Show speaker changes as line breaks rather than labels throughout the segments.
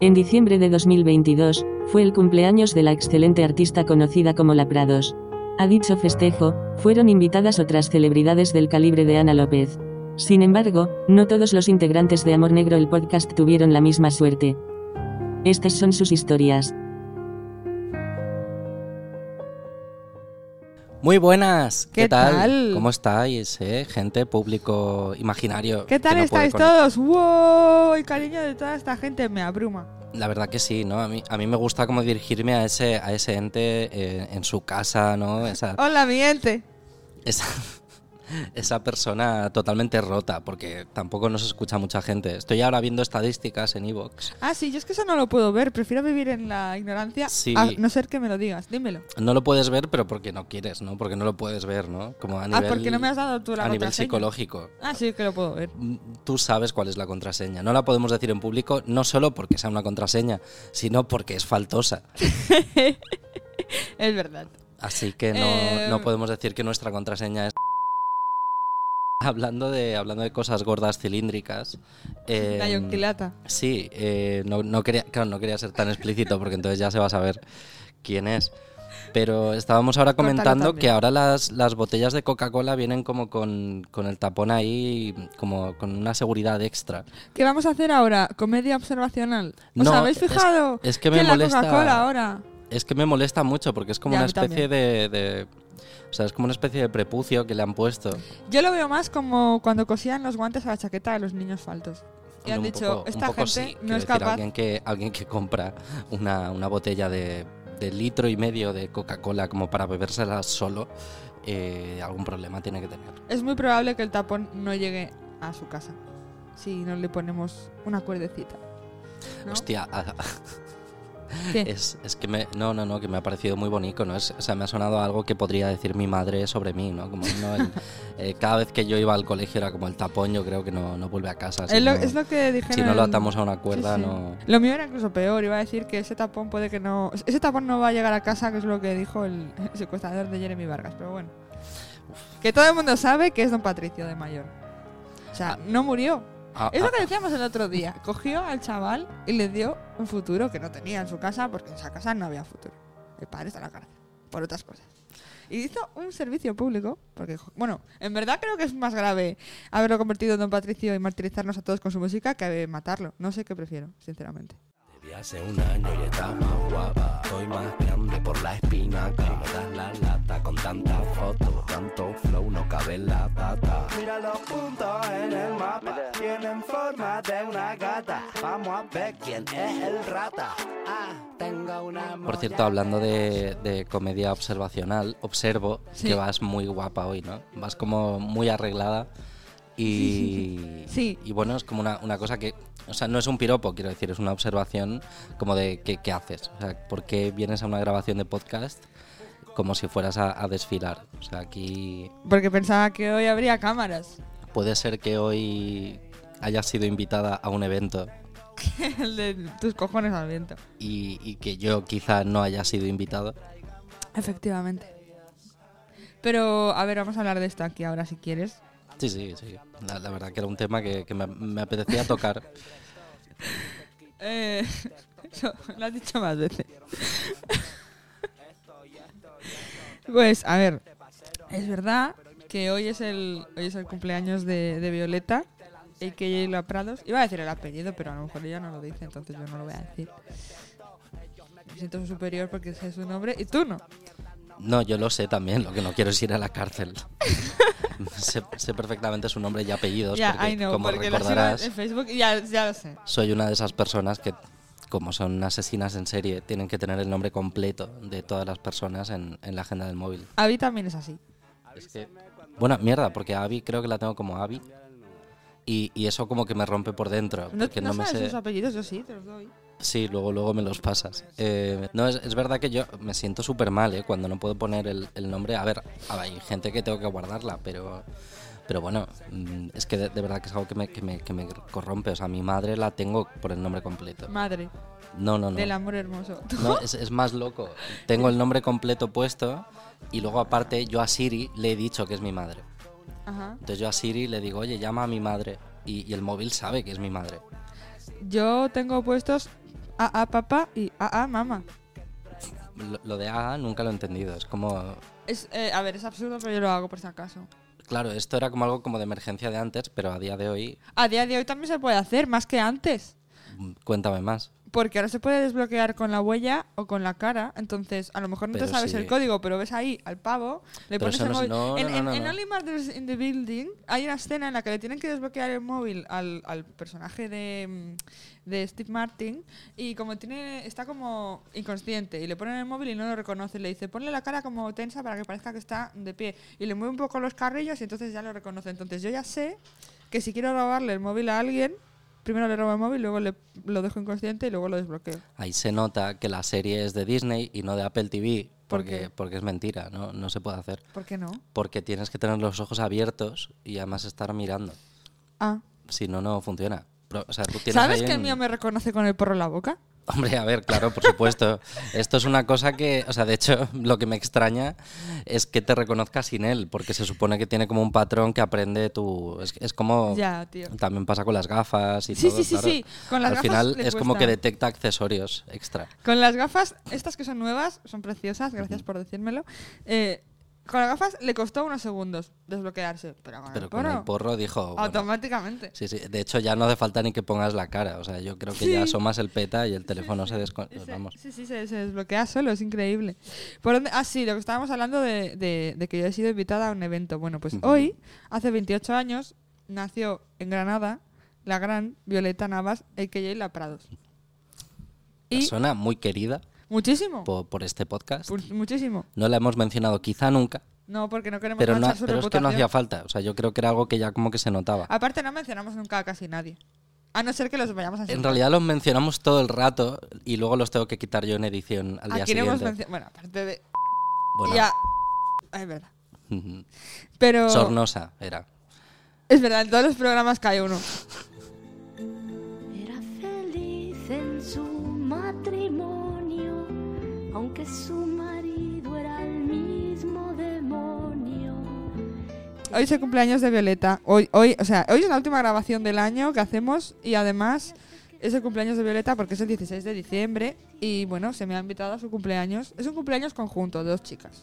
En diciembre de 2022, fue el cumpleaños de la excelente artista conocida como La Prados. A dicho festejo, fueron invitadas otras celebridades del calibre de Ana López. Sin embargo, no todos los integrantes de Amor Negro el podcast tuvieron la misma suerte. Estas son sus historias.
Muy buenas. ¿Qué,
¿Qué
tal?
tal?
¿Cómo estáis, eh? gente, público imaginario?
¿Qué tal
que no puede
estáis
con-
todos? ¡Wow! El cariño de toda esta gente me abruma.
La verdad que sí, ¿no? A mí, a mí me gusta como dirigirme a ese, a ese ente eh, en su casa, ¿no? Esa,
Hola, mi gente.
esa, esa persona totalmente rota, porque tampoco nos escucha mucha gente. Estoy ahora viendo estadísticas en Evox.
Ah, sí, yo es que eso no lo puedo ver. Prefiero vivir en la ignorancia
Sí.
a no ser que me lo digas. Dímelo.
No lo puedes ver, pero porque no quieres, ¿no? Porque no lo puedes ver, ¿no? Como a
ah,
nivel,
porque no me has dado tú la
a nivel
contraseña.
psicológico.
Ah, sí, que lo puedo ver.
Mm, tú sabes cuál es la contraseña. No la podemos decir en público, no solo porque sea una contraseña, sino porque es faltosa.
Es verdad.
Así que no,
Eh,
no podemos decir que nuestra contraseña es... Hablando de, hablando de cosas gordas cilíndricas. eh,
la yonquilata.
sí, eh, no, no quería, claro, no quería ser tan explícito porque entonces ya se va a saber quién es. Pero estábamos ahora
Córtalo
comentando
también.
que ahora las, las botellas de Coca-Cola vienen como con, con el tapón ahí, como con una seguridad extra.
¿Qué vamos a hacer ahora? ¿Comedia observacional? ¿Os
No,
habéis
es-
fijado?
es que me
en
molesta-
la Coca-Cola ahora.
Es que me molesta mucho porque es como
Ya,
una
a mí
especie de, de- O sea, es como una especie de prepucio que le han puesto.
Yo lo veo más como cuando cosían los guantes a la chaqueta de los niños faltos. Y han
Un
dicho,
poco- un
esta
poco
gente
sí,
no
quiero
es
decir,
capaz.
Alguien que, alguien que compra una, una botella de, de litro y medio de Coca-Cola como para bebérsela solo, eh, algún problema tiene que tener.
Es muy probable que el tapón no llegue a su casa si no le ponemos una cuerdecita. ¿no?
Hostia, a-
¿Qué?
es, es que me. No, no, no, que me ha parecido muy bonito, ¿no? Es, o sea, me ha sonado algo que podría decir mi madre sobre mí, ¿no? Como no, el- eh, cada vez que yo iba al colegio era como el tapón, yo creo que no, no vuelve a casa. si
Es, lo,
no-
es lo que dije.
si
en
no lo
el-
atamos a una
Sí,
cuerda,
sí.
no.
Lo mío era incluso peor. Iba a decir que ese tapón puede que no. Ese tapón no va a llegar a casa, que es lo que dijo el secuestrador de Jeremy Vargas. Pero bueno. Que todo el mundo sabe que es don Patricio de mayor. O sea,
Ah.
no murió.
Ah,
Es
ah,
lo que decíamos el otro día. Cogió al chaval y le dio un futuro que no tenía en su casa porque en esa casa no había futuro. El padre está en la cárcel, por otras cosas. Y hizo un servicio público, porque, jo- bueno, en verdad creo que es más grave haberlo convertido en Don Patricio y martirizarnos a todos con su música que matarlo. No sé qué prefiero, sinceramente.
Te vi hace un año y está más guapa. Estoy más grande por la espinaca. Me das la lata con tantas fotos, tanto flow, no cabe en la data. Mira los puntos en el mapa, tienen forma de una gata. Vamos a ver quién es el rata. Ah, tengo una.
Por cierto, hablando de, de comedia observacional, observo
Sí.
que vas muy guapa hoy, ¿no? Vas como muy arreglada y,
Sí.
y bueno, es como una, una cosa que, o sea, no es un piropo, quiero decir, es una observación como de qué, qué haces, o sea, por qué vienes a una grabación de podcast como si fueras a, a desfilar. O sea, aquí
Porque pensaba que hoy habría cámaras.
puede ser que hoy hayas sido invitada a un evento
el de tus cojones al viento.
y, y que yo quizá no haya sido invitado.
Efectivamente. Pero, a ver, vamos a hablar de esto aquí ahora si quieres.
Sí, sí, sí. La, la verdad que era un tema que, que me, me apetecía tocar.
Eh, eso, lo has dicho más veces. pues, a ver, es verdad que hoy es el, hoy es el cumpleaños de, de Violeta, a.k.a. La Prados. Iba a decir el apellido, pero a lo mejor ella no lo dice, entonces yo no lo voy a decir. Me siento superior porque sé su nombre y tú no.
No, yo lo sé también, lo que no quiero es ir a la cárcel. sé, sé perfectamente su nombre y apellidos,
Ya,
porque
I know,
como
porque lo sigo
recordarás,
en Facebook y ya, ya lo sé.
soy una de esas personas que, como son asesinas en serie, tienen que tener el nombre completo de todas las personas en, en la agenda del móvil.
Avi también es así.
Es que, bueno, mierda, porque a Abby creo que la tengo como Abby. Y, y eso como que me rompe por dentro.
¿No,
porque
no
no me
sabes
sé...
sus apellidos? Yo sí, te los doy.
Sí, luego, luego me los pasas. Eh, no, es, es verdad que yo me siento súper mal ¿eh? cuando no puedo poner el, el nombre. A ver, a ver, hay gente que tengo que guardarla, pero, pero bueno, mm, es que de, de verdad que es algo que me, que, me, que me corrompe. O sea, mi madre la tengo por el nombre completo.
Madre
No, no, no.
del amor hermoso.
No, es, es más loco. Tengo el nombre completo puesto y luego aparte yo a Siri le he dicho que es mi madre.
Ajá.
Entonces yo a Siri le digo, oye, llama a mi madre. Y, y el móvil sabe que es mi madre.
Yo tengo puestos a, a papá y a, a mamá.
Lo, lo de AA nunca lo he entendido. Es como...
Es, eh, a ver, es absurdo, pero yo lo hago por si acaso.
Claro, esto era como algo como de emergencia de antes, pero a día de hoy,
A día de hoy también se puede hacer, más que antes.
mm, cuéntame más.
Porque ahora se puede desbloquear con la huella o con la cara. Entonces, a lo mejor no te
Pero
sabes
sí.
el código, pero ves ahí al pavo, le
Pero
pones
eso
el
no es-
móvil.
no,
en
no, no,
en-
no,
en
no.
Only Murders in the Building hay una escena en la que le tienen que desbloquear el móvil al, al personaje de, mm, de Steve Martin y como tiene está como inconsciente y le ponen el móvil y no lo reconoce. Le dice, ponle la cara como tensa para que parezca que está de pie. Y le mueve un poco los carrillos y entonces ya lo reconoce. Entonces yo ya sé que si quiero robarle el móvil a alguien... Primero le robo el móvil, luego le, lo dejo inconsciente y luego lo desbloqueo.
Ahí se nota que la serie es de Disney y no de Apple TV,
¿Por
porque,
qué?
porque es mentira, ¿no? no se puede hacer.
¿Por qué no?
Porque tienes que tener los ojos abiertos y además estar mirando.
Ah.
Si no, no funciona. Pro- o sea, tú tienes
¿Sabes
ahí
que el
un-
mío me reconoce con el porro en la boca?
Hombre, a ver, claro, por supuesto. Esto es una cosa que, o sea, de hecho, lo que me extraña es que te reconozcas sin él, porque se supone que tiene como un patrón que aprende tu... Es, es como...
Ya, tío.
También pasa con las gafas y
Sí,
todo.
sí, sí,
claro.
sí. Con las
Al
gafas
final
le
es como que
cuesta.
detecta accesorios extra.
Con las gafas, estas que son nuevas, son preciosas, gracias por decírmelo. eh, con las gafas le costó unos segundos desbloquearse, pero con
Pero
el
con
porro,
el porro dijo... bueno,
automáticamente.
Sí, sí. De hecho, ya no hace falta ni que pongas la cara. O sea, yo creo que ya
Sí.
asomas el peta y el teléfono se desconecta.
Se-
Vamos.
Sí, sí, se, se desbloquea solo, es increíble. ¿Por dónde? Ah, sí, lo que estábamos hablando de, de- de que yo he sido invitada a un evento. Bueno, pues
Ujú.
hoy, hace 28 años, nació en Granada la gran Violeta Navas, a.k.a. La Prados. Y
Persona muy querida
muchísimo,
por, por este podcast.
pu- muchísimo.
No la hemos mencionado quizá nunca,
No, porque no queremos
pero, no,
manchar su
pero es que no
reputación. Ah,
hacía falta. O sea, yo creo que era algo que ya como que se notaba.
Aparte no mencionamos nunca a casi nadie. A no ser que los vayamos a
En
insultar.
realidad los mencionamos todo el rato y luego los tengo que quitar yo en edición al
¿A
día
quién hemos
siguiente.
Ah, mencio- Bueno, aparte de...
Bueno,
Ya... Es verdad.
ujú.
Pero...
Sornosa era.
Es verdad, en todos los programas cae uno.
Era feliz en su matrimonio, aunque su marido era el mismo demonio.
Hoy es el cumpleaños de Violeta. Hoy, hoy, o sea, hoy es la última grabación del año que hacemos y además es el cumpleaños de Violeta porque es el 16 de diciembre y bueno, se me ha invitado a su cumpleaños. Es un cumpleaños conjunto de dos chicas.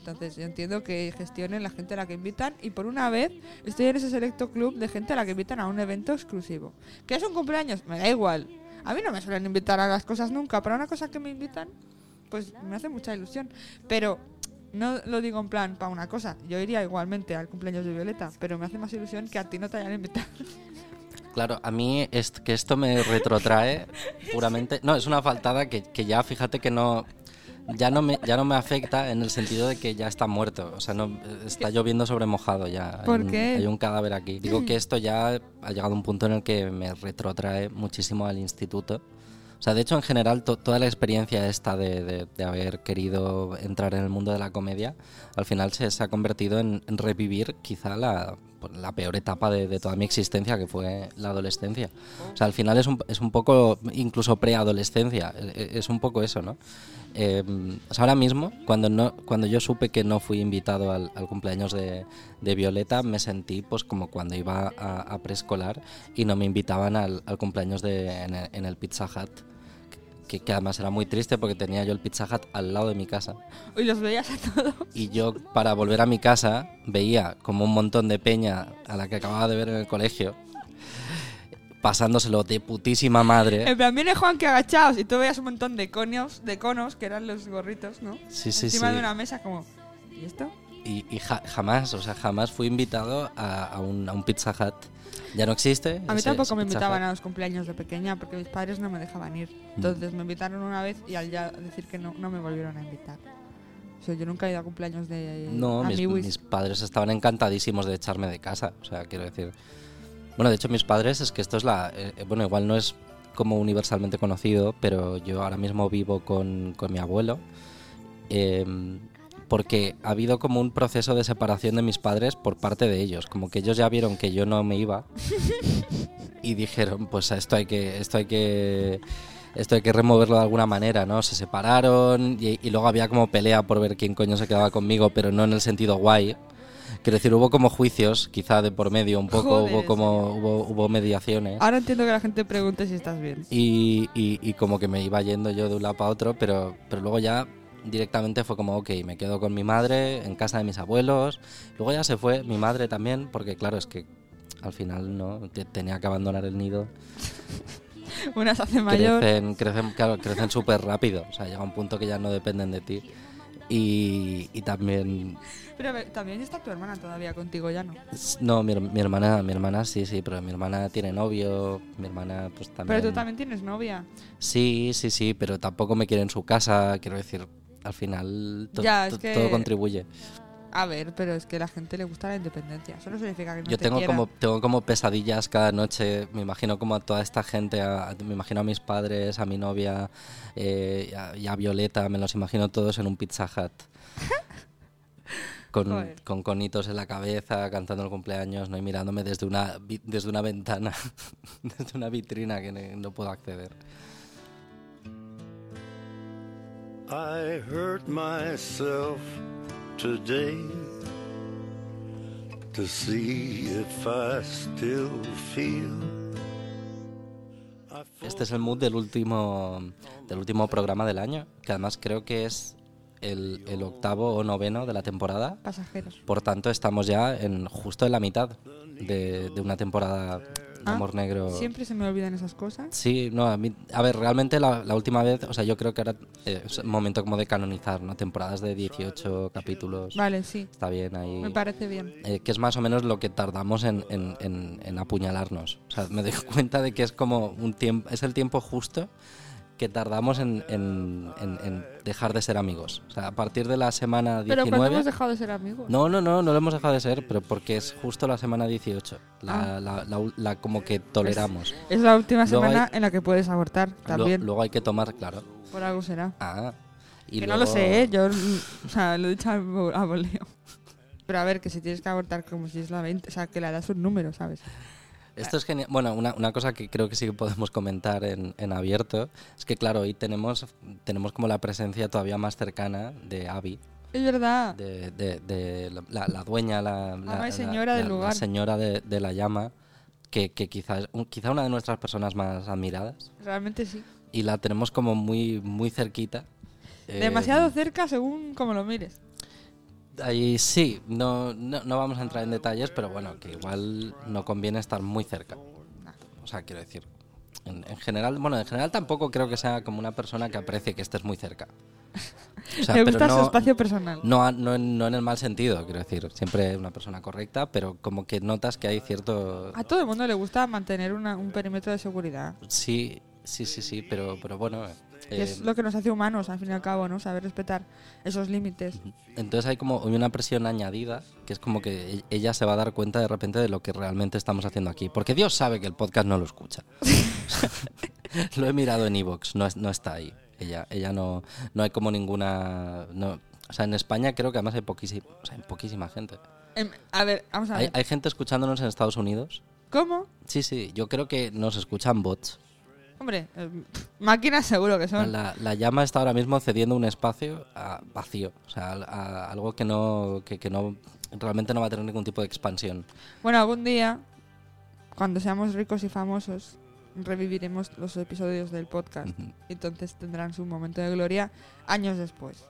Entonces yo entiendo que gestionen la gente a la que invitan y por una vez estoy en ese selecto club de gente a la que invitan a un evento exclusivo. ¿Qué es un cumpleaños? Me da igual. A mí no me suelen invitar a las cosas nunca, pero a una cosa que me invitan, pues me hace mucha ilusión. Pero no lo digo en plan para una cosa. Yo iría igualmente al cumpleaños de Violeta, pero me hace más ilusión que a ti no te hayan invitado.
Claro, a mí es que esto me retrotrae puramente. No, es una faltada que, que ya fíjate que no. Ya no, me, ya no me afecta en el sentido de que ya está muerto. O sea, no, está lloviendo sobre mojado ya. Hay
¿Por
un-
qué?
Hay un cadáver aquí. Digo que esto ya ha llegado a un punto en el que me retrotrae muchísimo al instituto. O sea, de hecho, en general, to- toda la experiencia esta de, de- de haber querido entrar en el mundo de la comedia, al final se, se ha convertido en, en revivir quizá la, pues, la peor etapa de, de toda mi existencia, que fue la adolescencia. O sea, al final es un, es un poco, incluso preadolescencia, e- e- es un poco eso, ¿no? Eh, o sea, ahora mismo, cuando, no, cuando yo supe que no fui invitado al, al cumpleaños de, de Violeta, me sentí pues como cuando iba a, a preescolar y no me invitaban al, al cumpleaños de, en, el, en el Pizza Hut. Que, que además era muy triste porque tenía yo el Pizza Hut al lado de mi casa.
Y los veías a todos.
Y yo, para volver a mi casa, veía como un montón de peña a la que acababa de ver en el colegio, pasándoselo de putísima madre.
En plan, viene Juan que agachaos y tú veías un montón de conios, de conos, que eran los gorritos, ¿no?
Sí, sí,
Encima
sí.
de una mesa como... ¿Y esto?
Y, y ja- jamás, o sea, jamás fui invitado a, a un, a un Pizza Hut. Ya no existe.
A mí
ese-
tampoco
ese
me
Pizza
invitaban
Hut.
a los cumpleaños de pequeña porque mis padres no me dejaban ir.
Mm.
Entonces me invitaron una vez y al ya decir que no, no me volvieron a invitar. O sea, yo nunca he ido a cumpleaños de
No, mis,
amiguis.
mis padres estaban encantadísimos de echarme de casa. O sea, quiero decir. Bueno, de hecho, mis padres es que esto es la. eh, eh, bueno, igual no es como universalmente conocido, pero yo ahora mismo vivo con, con mi abuelo. em, porque ha habido como un proceso de separación de mis padres por parte de ellos. Como que ellos ya vieron que yo no me iba y dijeron, pues a esto hay que, esto hay que, esto hay que removerlo de alguna manera, ¿no? Se separaron y, y luego había como pelea por ver quién coño se quedaba conmigo, pero no en el sentido guay. Quiero decir, hubo como juicios, quizá de por medio un poco,
Joder,
hubo como hubo, hubo mediaciones.
Ahora entiendo que la gente pregunte si estás bien.
Y, y- y como que me iba yendo yo de un lado para otro, pero, pero luego ya directamente fue como, ok, me quedo con mi madre en casa de mis abuelos. Luego ya se fue mi madre también, porque claro, es que al final no Te- tenía que abandonar el nido.
Una se hace mayor.
Crecen, crecen, claro, crecen súper rápido. O sea, llega un punto que ya no dependen de ti. Y, y también
Pero a ver, también está tu hermana todavía contigo, ya no.
no mi, her- mi hermana mi hermana sí sí pero mi hermana tiene novio mi hermana pues también
Pero tú también tienes novia.
Sí, sí, sí, pero tampoco me quiere en su casa, quiero decir, al final to-
Ya, es
to-
que-
todo contribuye.
A ver, pero es que a la gente le gusta la independencia. Eso no significa que no
Yo
te
tengo
quiera.
como, tengo como pesadillas cada noche, me imagino como a toda esta gente, a- me imagino a mis padres, a mi novia eh, y, a, y a Violeta, me los imagino todos en un Pizza Hut. Con,
Joder.
con conitos en la cabeza, cantando el cumpleaños, ¿no? y mirándome desde una, vi- desde una ventana, desde una vitrina que ne- no puedo acceder.
I hurt myself today to see if I still feel. I
Este es el mood del último, del último programa del año, que además creo que es el, el octavo o noveno de la temporada.
Pasajeros.
Por tanto, estamos ya en justo en la mitad de, de una temporada de
Ah,
Amor Negro.
Siempre se me olvidan esas cosas.
Sí, no, a mí, a ver, realmente la, la última vez, o sea, yo creo que ahora eh, es momento como de canonizar, ¿no? Temporadas de 18 capítulos.
Vale, sí.
Está bien ahí.
Me parece bien.
Eh, que es más o menos lo que tardamos en, en- en- en apuñalarnos. O sea, me doy cuenta de que es como un tiempo, es el tiempo justo que tardamos en, en- en- en dejar de ser amigos. O sea, a partir de la semana
Pero cuando
19...
hemos dejado de ser amigos.
No, no, no, no lo hemos dejado de ser, pero porque es justo la semana 18, la,
Ah.
la- la- la como que toleramos.
Es la última
Luego
semana
hay-
en la que puedes abortar
Lo-
también.
luego hay que tomar, claro.
Por algo será.
Ah, y
que no lo
luego-
sé, ¿eh? Yo mm, o sea, lo he dicho a, bo- a voleo. Pero a ver, que si tienes que abortar como si es la 20, o sea, que le das un número, ¿sabes?
Esto es genial. Bueno, una, una cosa que creo que sí que podemos comentar en, en abierto es que, claro, hoy tenemos, tenemos como la presencia todavía más cercana de Abby,
Es verdad.
de, de- de la- la, la dueña, la, la-
Ama y
la-
Ah, señora
la-
del
la
lugar.
señora de, de la llama, que, que quizás un- quizá una de nuestras personas más admiradas.
Realmente sí.
Y la tenemos como muy, muy cerquita. Eh,
Demasiado cerca según como lo mires.
Ahí sí, no, no, no vamos a entrar en detalles, pero bueno, que igual no conviene estar muy cerca. O sea, quiero decir, en, en general, bueno, en general tampoco creo que sea como una persona que aprecie que estés muy cerca. O sea,
Le
pero
gusta su
no-
espacio personal.
No, a- no, en- no en el mal sentido, quiero decir, siempre una persona correcta, pero como que notas que hay cierto...
A todo el mundo le gusta mantener una- un perímetro de seguridad.
Sí, sí, sí, sí, pero, pero bueno...
que es
eh,
lo que nos hace humanos, al fin y al cabo, ¿no? Saber respetar esos límites.
Entonces hay como una presión añadida, que es como que e- ella se va a dar cuenta de repente de lo que realmente estamos haciendo aquí. Porque Dios sabe que el podcast no lo escucha. lo he mirado en Evox, no, es- no está ahí. Ella, ella no, no hay como ninguna... no- o sea, en España creo que además hay poquísima, hay poquísima gente.
Em, a ver, vamos a
Hay,
ver.
hay gente escuchándonos en Estados Unidos.
¿Cómo?
Sí, sí, yo creo que nos escuchan bots.
Hombre, em, máquinas seguro que son.
La, la llama está ahora mismo cediendo un espacio a vacío, o sea, al- a, algo que no, que, que no realmente no va a tener ningún tipo de expansión.
Bueno, algún día, cuando seamos ricos y famosos, reviviremos los episodios del podcast.
Ujú.
Entonces tendrán su momento de gloria años después.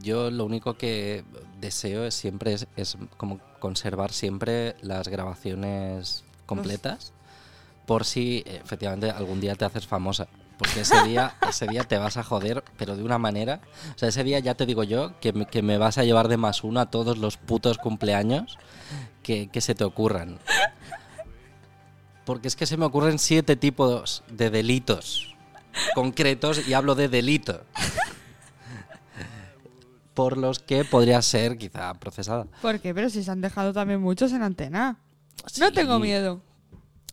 Yo lo único que deseo es siempre es, es como conservar siempre las grabaciones completas por si eh, efectivamente algún día te haces famosa. Porque ese día, ese día te vas a joder, pero de una manera. O sea, ese día ya te digo yo que me, que me vas a llevar de más uno a todos los putos cumpleaños que, que se te ocurran. Porque es que se me ocurren siete tipos de delitos concretos y hablo de delito por los que podría ser quizá procesada.
¿Por qué? Pero si se han dejado también muchos en antena. No
Ah, Sí.
tengo miedo.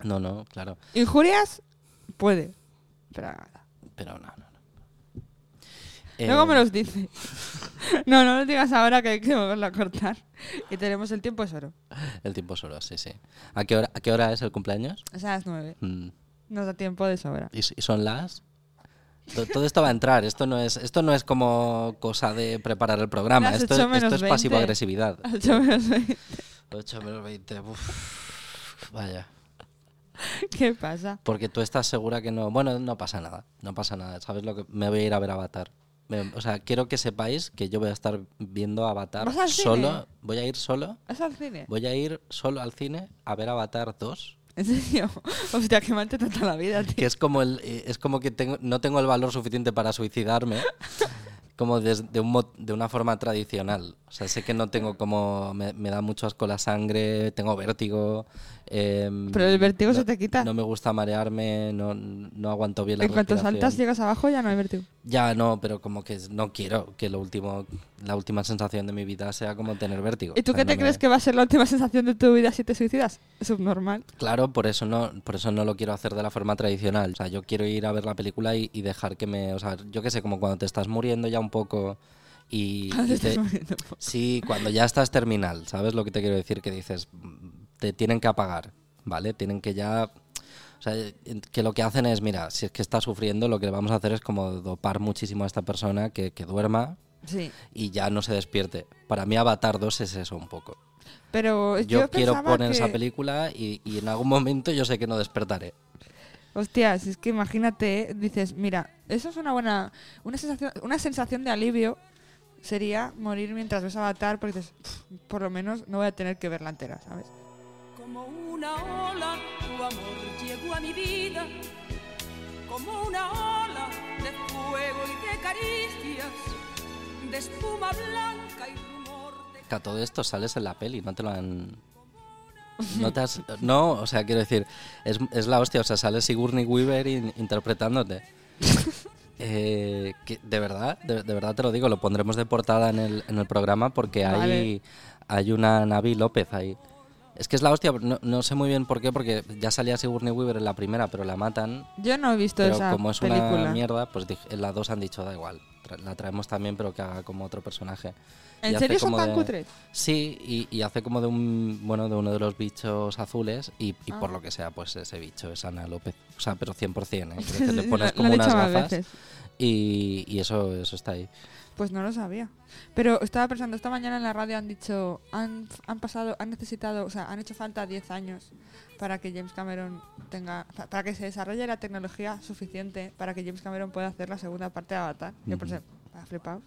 No, no, claro.
¿Injurias? Puede. Pero nada.
Pero no, no, no.
Luego
Eh,
me los dice. no, no lo digas ahora que hay que volverlo a cortar. Y tenemos el tiempo es oro.
El tiempo es oro, sí, sí. ¿A qué hora, a qué hora es el cumpleaños?
O sea, es nueve.
Mm,
Nos da tiempo de sobra.
¿Y, s- y son las? To- Todo esto va a entrar, esto no es, esto no es como cosa de preparar el programa,
Las
esto,
ocho
esto
menos
es
20.
pasivo-agresividad.
Ocho menos veinte.
8 menos 20, uf, vaya.
¿Qué pasa?
Porque tú estás segura que no. Bueno, no pasa nada. No pasa nada. ¿Sabes lo que.? Me voy a ir a ver Avatar. Me- o sea, quiero que sepáis que yo voy a estar viendo Avatar
¿Vas al cine?
solo. Voy a ir solo.
¿Vas al cine?
Voy a ir solo al cine a ver Avatar 2.
¿En serio? Hostia, qué mal te trata la vida, tío.
Que es como, el, eh, es como que tengo, no tengo el valor suficiente para suicidarme. Como des- de, un mo- de una forma tradicional. O sea, sé que no tengo como. Me, me da mucho asco la sangre, tengo vértigo. em,
Pero el vértigo
no-
se te quita.
No me gusta marearme, no, no aguanto bien la
en cuanto saltas,
respiración.
llegas abajo, ya no hay vértigo.
Ya no, pero como que no quiero que lo último, la última sensación de mi vida sea como tener vértigo.
¿Y tú
O sea,
qué te
no me-
crees que va a ser la última sensación de tu vida si te suicidas? Subnormal.
Claro, por eso no, por eso no lo quiero hacer de la forma tradicional. O sea, yo quiero ir a ver la película y, y dejar que me, o sea, yo qué sé, como cuando te estás muriendo ya un poco y, y te- sí, cuando ya estás terminal, ¿sabes lo que te quiero decir? Que dices, mm, te tienen que apagar, ¿vale? Tienen que ya O sea, eh, que lo que hacen es, mira, si es que está sufriendo, lo que le vamos a hacer es como dopar muchísimo a esta persona que, que duerma
Sí.
y ya no se despierte. Para mí Avatar 2 es eso un poco.
Pero Pues yo,
Yo, quiero
pensaba
poner
que-
esa película y, y en algún momento yo sé que no despertaré.
Hostia, si es que imagínate, ¿eh? dices, mira, eso es una buena. Una sensación, una sensación de alivio sería morir mientras ves Avatar, porque dices, "Pff, por lo menos no voy a tener que verla entera, ¿sabes?
Como una ola, tu amor llegó a mi vida. Como una ola de fuego y de caricias, de espuma blanca y rumor de
Que a todo esto sales en la peli, no te lo han... No, te has- no, o sea, quiero decir, es, es la hostia, o sea, sale Sigourney Weaver in- interpretándote. Eh, que de verdad, de, de verdad te lo digo, lo pondremos de portada en el, en el programa porque hay,
Vale.
hay una Navi López ahí. Es que es la hostia, no, no sé muy bien por qué, porque ya salía Sigourney Weaver en la primera, pero la matan.
Yo no he visto
Pero
esa
como es una
película.
mierda, pues dij- en la dos han dicho, da igual, tra- la traemos también, pero que haga como otro personaje. Y
¿En
hace
serio son
como
tan
de-
cutres?
Sí, y, y hace como de un bueno de uno de los bichos azules y, y
Ah.
por lo que sea, pues ese bicho es Ana López. O sea, pero 100%, ¿eh? Quiero decir, le
Sí,
pones
lo-
como
lo he
unas
dicho más
gafas
veces.
y, y eso, eso está ahí.
Pues no lo sabía. Pero estaba pensando, esta mañana en la radio han dicho, han, han pasado, han necesitado, o sea, han hecho falta 10 años para que James Cameron tenga, pa- para que se desarrolle la tecnología suficiente para que James Cameron pueda hacer la segunda parte de Avatar. Yo pensé, ah, flipaos.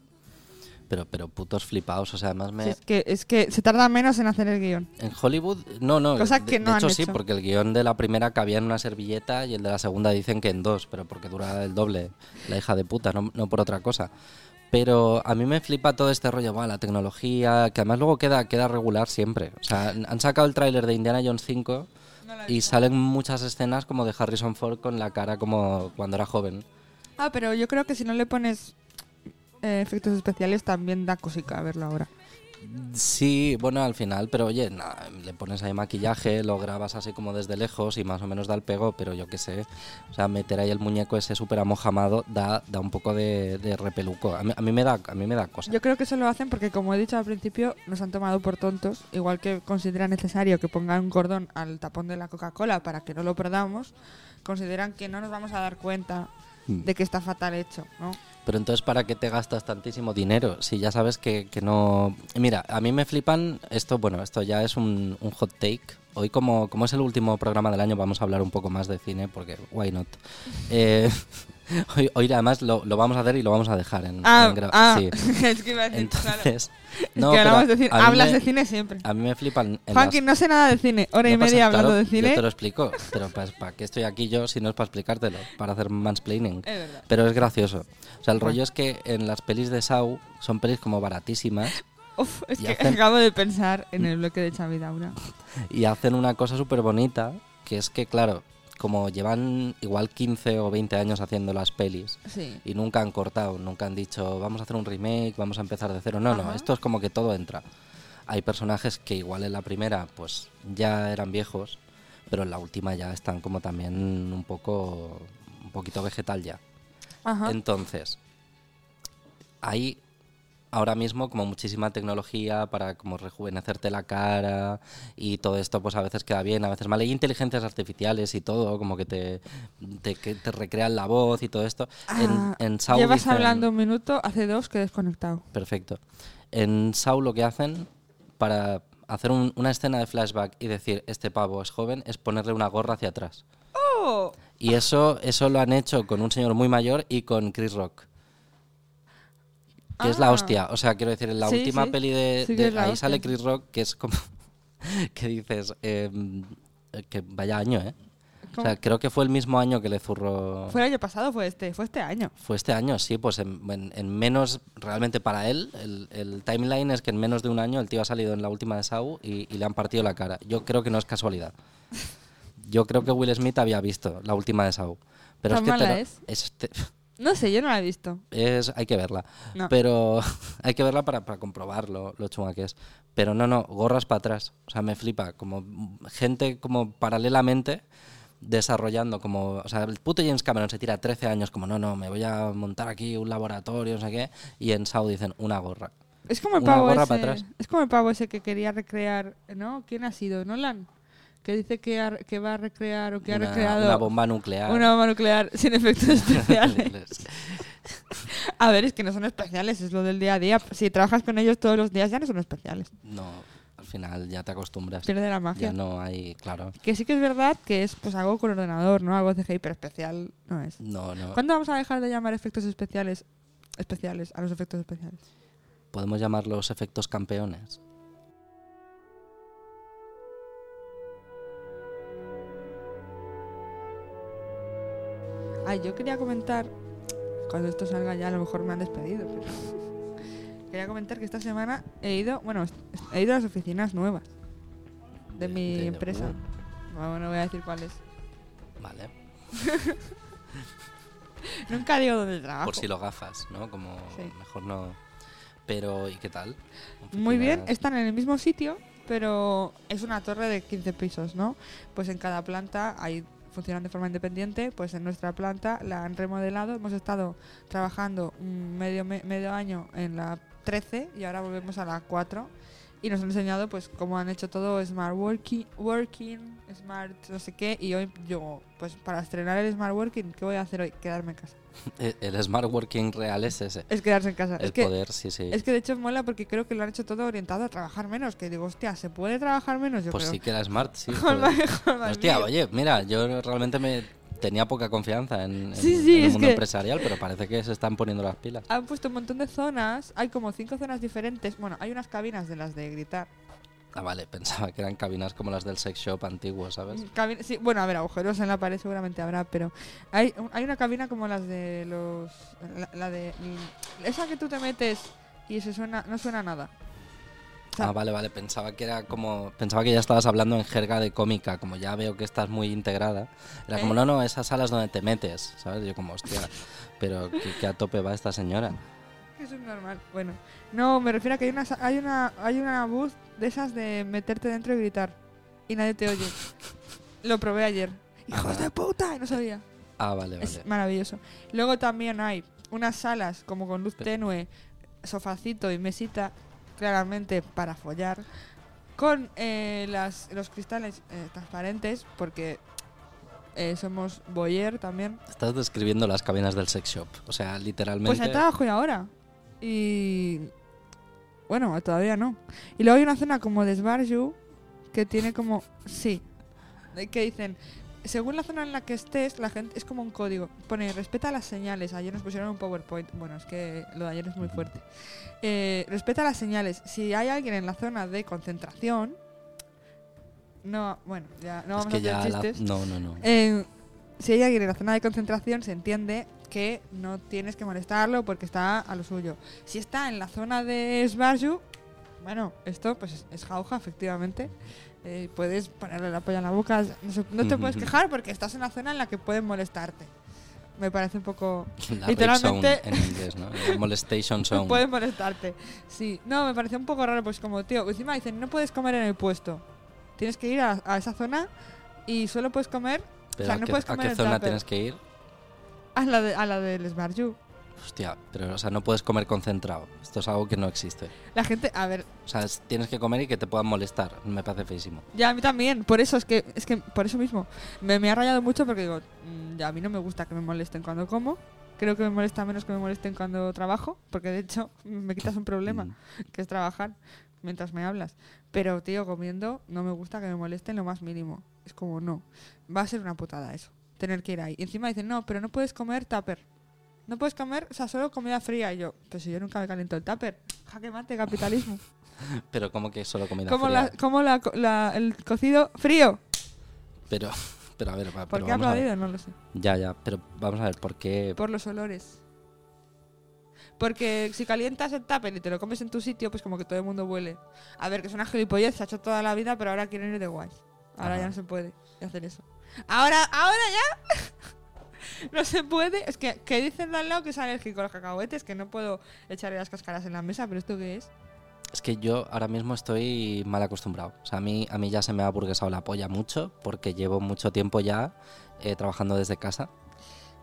Pero, pero putos flipados, o sea, además me...
Si es, que, es que se tarda menos en hacer el guión.
En Hollywood, no, no.
Cosa
de,
que
de
no han
hecho, sí,
hecho.
porque el guión de la primera cabía en una servilleta y el de la segunda dicen que en dos, pero porque dura el doble, la hija de puta, no, no por otra cosa. Pero a mí me flipa todo este rollo, va, la tecnología, que además luego queda, queda regular siempre. O sea, han han sacado el tráiler de Indiana Jones 5 y salen muchas escenas como de Harrison Ford con la cara como cuando era joven.
Ah, pero yo creo que si no le pones eh, efectos especiales también da cosica verlo ahora.
Sí, bueno, al final, pero oye, nada, le pones ahí maquillaje, lo grabas así como desde lejos y más o menos da el pego, pero yo qué sé. O sea, meter ahí el muñeco ese súper amojamado da, da un poco de, de repeluco. A mí, a mí me da, a mí me da cosa.
Yo creo que eso lo hacen porque, como he dicho al principio, nos han tomado por tontos. Igual que consideran necesario que pongan un cordón al tapón de la Coca-Cola para que no lo perdamos, consideran que no nos vamos a dar cuenta
Hmm.
de que está fatal hecho, ¿no?
Pero entonces, ¿para qué te gastas tantísimo dinero? Si ya sabes que, que no... Mira, a mí me flipan... Esto, bueno, esto ya es un, un hot take. Hoy, como, como es el último programa del año, vamos a hablar un poco más de cine, porque why not? Eh, hoy, hoy, además, lo, lo vamos a hacer y lo vamos a dejar en... en gra- sí.
es que iba a decir, Ah, claro.
Entonces,
Es
no,
que
pero
hablamos de cine,
a mí
hablas
me-
de cine siempre.
A mí me flipan. en
Juanqui,
las-
no sé nada de cine. Hora y
no pasa-
media hablando
claro,
de cine.
Yo te lo explico, pero pues, ¿para qué estoy aquí yo si no es para explicártelo? Para hacer mansplaining.
Es verdad.
Pero es gracioso. O sea, el rollo es que en las pelis de Sau son pelis como baratísimas
Uf, es
Y
que
hacen-
acabo de pensar en el bloque de Xavi Daura.
y hacen una cosa súper bonita, que es que, claro, como llevan igual 15 o 20 años haciendo las pelis,
Sí.
y nunca han cortado, nunca han dicho vamos a hacer un remake, vamos a empezar de cero. No, no,
Ajá.
esto es como que todo entra. Hay personajes que igual en la primera pues ya eran viejos, pero en la última ya están como también un poco un poquito vegetal ya.
Ajá.
Entonces, hay ahora mismo como muchísima tecnología para como rejuvenecerte la cara y todo esto pues a veces queda bien, a veces mal. Hay inteligencias artificiales y todo, como que te, te, que te recrean la voz y todo esto.
Ah,
en, en Saudi
Llevas
dicen-
hablando un minuto, hace dos que he desconectado.
Perfecto. En Saw lo que hacen para hacer un- una escena de flashback y decir este pavo es joven es ponerle una gorra hacia atrás. Y eso, eso lo han hecho con un señor muy mayor y con Chris Rock. Que es la
Ah.
hostia. O sea, quiero decir, en la
Sí,
última
sí.
peli de,
Sí que
de-
es la
ahí
hostia.
sale Chris Rock, que es como que dices eh, que vaya año, eh. O sea,
¿Cómo?
creo que fue el mismo año que le zurró.
Fue el año pasado, fue este, fue este año.
Fue este año, sí, pues en, en- en menos, realmente para él, el, el timeline es que en menos de un año el tío ha salido en la última de Sau y, y le han partido la cara. Yo creo que no es casualidad. Yo creo que Will Smith había visto la última de Sau. Pero
¿Tan
es que te
mala
lo-
es?
este-
No sé, yo no la he visto.
es- hay que verla.
No.
Pero hay que verla para, para comprobar lo, lo chunga que es. Pero no, no, gorras para atrás. O sea, me flipa. Como gente como paralelamente desarrollando como, o sea, el puto James Cameron se tira 13 años como, no, no, me voy a montar aquí un laboratorio, no sé qué, y en Sao dicen una gorra.
Es como el
Una
pavo
gorra
ese.
para atrás.
Es como el pavo ese que quería recrear, ¿no? ¿Quién ha sido? ¿Nolan? Que dice que, ha- que va a recrear o que ha
Una,
recreado
una bomba nuclear.
una bomba nuclear sin efectos especiales. a ver, es que no son especiales, es lo del día a día. Si trabajas con ellos todos los días ya no son especiales.
no, al final ya te acostumbras.
Pierde la magia.
Ya no hay, claro.
Que sí que es verdad que es pues algo con ordenador, ¿no? Algo CGI, pero especial no es.
No, no.
¿Cuándo vamos a dejar de llamar efectos especiales especiales a los efectos especiales?
Podemos llamarlos efectos campeones.
Ah, yo quería comentar, cuando esto salga ya a lo mejor me han despedido, pero- quería comentar que esta semana he ido, bueno, est- he ido a las oficinas nuevas de
De-
mi
de-
empresa. Bueno, no voy a decir cuáles.
Vale.
Nunca digo dónde trabajo.
Por si lo gafas, ¿no? Como
Sí.
mejor no. Pero, ¿y qué tal?
Muy bien,
Oficinas-
están en el mismo sitio, pero es una torre de 15 pisos, ¿no? Pues en cada planta hay funcionan de forma independiente, pues en nuestra planta la han remodelado, hemos estado trabajando un medio, me- medio año en la 13 y ahora volvemos a la 4 y nos han enseñado pues cómo han hecho todo smart working, working, smart no sé qué y hoy yo pues para estrenar el smart working, ¿qué voy a hacer hoy? Quedarme en casa.
Eh, El smart working real es ese.
Es quedarse en casa.
El
es que
poder, sí, sí.
es que de hecho mola porque creo que lo han hecho todo orientado a trabajar menos. Que digo, hostia, ¿se puede trabajar menos? Yo
pues sí
creo.
que era smart, sí. joder.
Con la- con la
Hostia,
mía.
oye, mira, yo realmente me tenía poca confianza en, en-
Sí, sí,
en el
es
mundo
que- Ah.
empresarial, pero parece que se están poniendo las pilas.
Han puesto un montón de zonas. Hay como cinco zonas diferentes. Bueno, hay unas cabinas de las de gritar.
Ah, vale, pensaba que eran cabinas como las del sex shop antiguo, ¿sabes?
Cabin- sí, bueno, a ver, agujeros en la pared seguramente habrá, pero hay, un- hay una cabina como las de los. La, la de. mm, Esa que tú te metes y se suena, no suena nada. O sea,
Ah, vale, vale, pensaba que era como. Pensaba que ya estabas hablando en jerga de cómica, como ya veo que estás muy integrada. Era como,
¿Eh?
no, no, esas salas donde te metes, ¿sabes? Yo, como, hostia, pero que, a tope va esta señora.
Que es un normal. Bueno, no, me refiero a que hay una, sa- hay una, hay una voz de esas de meterte dentro y gritar y nadie te oye. Lo probé ayer. ¡Hijos
Ajá.
de puta! Y no sabía.
Ah, vale, vale.
Es maravilloso. Luego también hay unas salas como con luz
Pero-
tenue, sofacito y mesita, claramente para follar, con eh, las, los cristales eh, transparentes, porque eh, somos boyer también.
Estás describiendo las cabinas del sex shop. O sea, literalmente.
Pues ahí trabajo y ahora. Y. Bueno, todavía no. Y luego hay una zona como de Sbarju que tiene como. Sí. eh, Que dicen. Según la zona en la que estés, la gente es como un código. Pone respeta las señales. Ayer nos pusieron un PowerPoint. Bueno, es que lo de ayer es muy fuerte. Eh, respeta las señales. Si hay alguien en la zona de concentración, no, bueno, ya no
es
vamos
que
a
ya.
hacer
la-
chistes.
No, no, no.
Eh, si hay alguien en la zona de concentración, se entiende que no tienes que molestarlo porque está a lo suyo. Si está en la zona de Sbarju, bueno, esto pues es, es jauja, efectivamente. Eh, puedes ponerle la polla en la boca. No, se- no te puedes quejar porque estás en una zona en la que pueden molestarte. Me parece un poco...
La
literalmente-
rape zone en inglés, ¿no? La molestation zone.
Pueden molestarte. Sí. No, me pareció un poco raro, pues como, tío, encima dicen, no puedes comer en el puesto. Tienes que ir a, a esa zona y solo puedes comer...
Pero
o sea,
¿a
no
qué,
puedes
a
comer
qué
el
zona
tupper.
tienes que ir?
a la, de, a la del Smart You.
Hostia, pero o sea, no puedes comer concentrado. Esto es algo que no existe.
La gente, a ver,
O sea, es- tienes que comer y que te puedan molestar. Me parece feísimo.
ya a mí también, por eso es que, es que por eso mismo, me, me ha rayado mucho porque digo, mm, ya a mí no me gusta que me molesten cuando como, creo que me molesta menos que me molesten cuando trabajo, porque de hecho mm, me quitas un problema,
Mm.
que es trabajar mientras me hablas. Pero, tío, comiendo no me gusta que me molesten lo más mínimo. Es como, no, va a ser una putada eso, tener que ir ahí. Y encima dicen, no, pero no puedes comer tupper. No puedes comer, o sea, solo comida fría. Y yo, pues si yo nunca me caliento el tupper, jaque mate, capitalismo.
Pero como que solo comida
como
fría.
la, como la, co- la- el cocido frío.
Pero, pero a ver, va-
¿Por
pero
qué ha
vamos a ver.
aplaudido? No lo sé.
Ya, ya, pero vamos a ver, ¿por qué?
Por los olores. Porque si calientas el tupper y te lo comes en tu sitio, pues como que todo el mundo huele. A ver, que es una gilipollez, se ha hecho toda la vida, pero ahora quieren ir de guay. Ahora
Ajá.
ya no se puede hacer eso. Ahora, ahora ya. no se puede. Es que, ¿qué dicen de al lado que es alérgico a los cacahuetes? Que no puedo echarle las cáscaras en la mesa, pero ¿esto qué es?
Es que yo ahora mismo estoy mal acostumbrado. O sea, a mí, a mí ya se me ha burguesado la polla mucho porque llevo mucho tiempo ya eh, trabajando desde casa,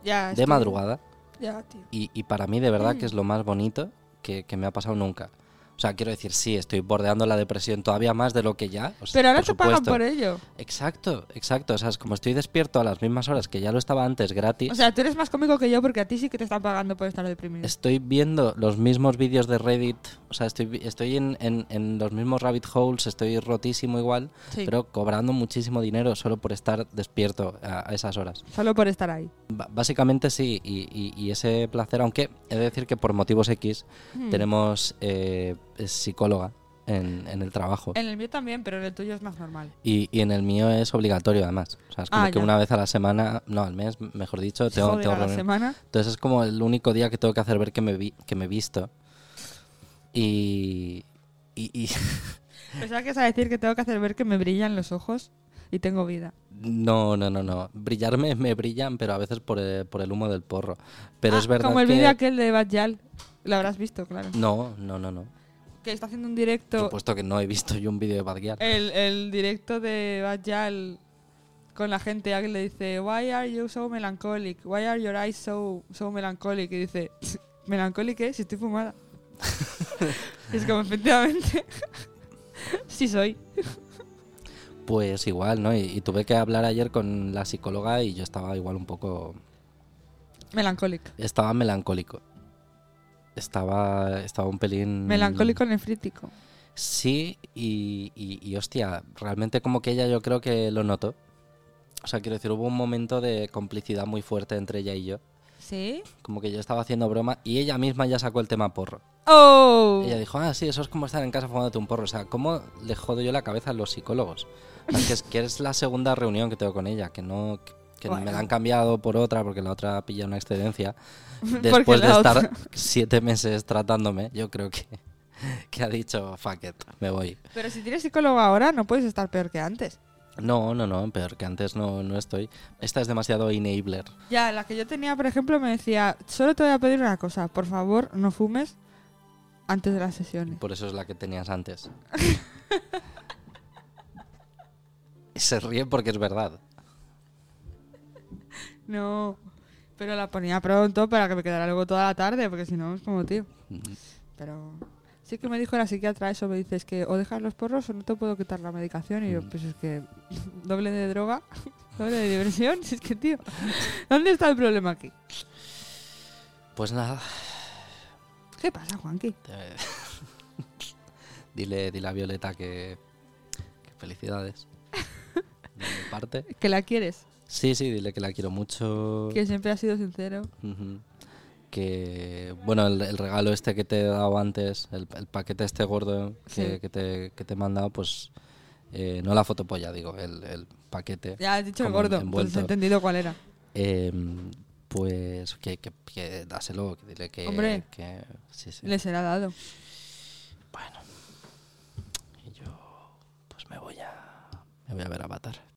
Ya.
de
estoy-
madrugada.
Ya, tío.
Y, y para mí de verdad
Mm.
que es lo más bonito que, que me ha pasado nunca. O sea, quiero decir, sí, estoy bordeando la depresión todavía más de lo que ya. o sea,
Pero ahora
por
te pagan
supuesto.
por ello.
Exacto, exacto. O sea, es como estoy despierto a las mismas horas que ya lo estaba antes gratis.
O sea, tú eres más cómico que yo porque a ti sí que te están pagando por estar deprimido.
Estoy viendo los mismos vídeos de Reddit, o sea, estoy, vi- estoy en, en- en los mismos rabbit holes, estoy rotísimo igual,
Sí.
pero cobrando muchísimo dinero solo por estar despierto a, a esas horas.
Solo por estar ahí.
Ba- básicamente sí, y, y- y ese placer, aunque he de decir que por motivos X
Hmm.
tenemos eh, psicóloga en, en el trabajo.
En el mío también, pero en el tuyo es más normal.
Y, y en el mío es obligatorio además. O sea, es como
Ah,
que
ya.
una vez a la semana, no, al mes, mejor dicho, tengo,
Joder,
tengo
a la
reunión.
semana.
Entonces es como el único día que tengo que hacer ver que me, vi, que me he visto. Y. y- y-
Pensaba Pues que es a decir que tengo que hacer ver que me brillan los ojos y tengo vida.
no, no, no, no. Brillarme me brillan, pero a veces por el, por el humo del porro. Pero
Ah,
es verdad
Como el
que-
vídeo aquel de Bajal. Lo habrás visto, claro.
No, no, no, no.
Que está haciendo un
Por
directo.
supuesto que no he visto yo un vídeo de Badgear.
El, el directo de Bajal con la gente. Alguien le dice, Why are you so melancholic? Why are your eyes so, so melancholic? Y dice, ¿melancholic es? Si estoy fumada. Y es como, efectivamente. sí soy.
Pues igual, ¿no? Y, y tuve que hablar ayer con la psicóloga y yo estaba igual un poco.
Melancholic.
Estaba melancólico. Estaba, estaba un pelín.
Melancólico nefrítico.
Sí, y, y- y, hostia, realmente como que ella yo creo que lo notó. O sea, quiero decir, hubo un momento de complicidad muy fuerte entre ella y yo.
¿Sí?
Como que yo estaba haciendo broma y ella misma ya sacó el tema porro.
¡Oh!
Ella dijo, ah, sí, eso es como estar en casa fumándote un porro. O sea, ¿cómo le jodo yo la cabeza a los psicólogos? O sea, que, es, que es la segunda reunión que tengo con ella, que no que me
Bueno.
la han cambiado por otra porque la otra pilla una excedencia.
Porque
Después de
la
estar
otra-
siete meses tratándome, yo creo que, que ha dicho, fuck it, me voy.
Pero si tienes psicólogo ahora, no puedes estar peor que antes.
No, no, no, peor que antes no, no estoy. Esta es demasiado enabler.
Ya, la que yo tenía, por ejemplo, me decía, solo te voy a pedir una cosa, por favor, no fumes antes de las sesiones.
Por eso es la que tenías antes. Y Se ríe porque es verdad.
No, pero la ponía pronto para que me quedara luego toda la tarde, porque si no es como tío. Pero sí que me dijo la psiquiatra eso, me dices que o dejas los porros o no te puedo quitar la medicación. Y yo,
Mm.
pues es que doble de droga, doble de diversión, si es que tío, ¿dónde está el problema aquí?
Pues nada,
¿Qué pasa, Juanqui?
eh, dile, dile a Violeta que, que felicidades. De mi parte.
¿Que la quieres?
Sí, sí, dile que la quiero mucho.
Que siempre has sido sincero.
Ujú. Que, bueno, el, el regalo este que te he dado antes, el, el paquete este gordo que,
Sí.
que te, que te he mandado, pues eh, no la fotopolla, digo, el, el paquete.
Ya has dicho el
como
gordo, entonces
envuelto.
he entendido cuál era.
Eh, pues que, que, que dáselo, que dile que.
Hombre.
que- sí, sí.
Le será dado.
Bueno. Y yo, pues me voy a. Me voy a ver Avatar.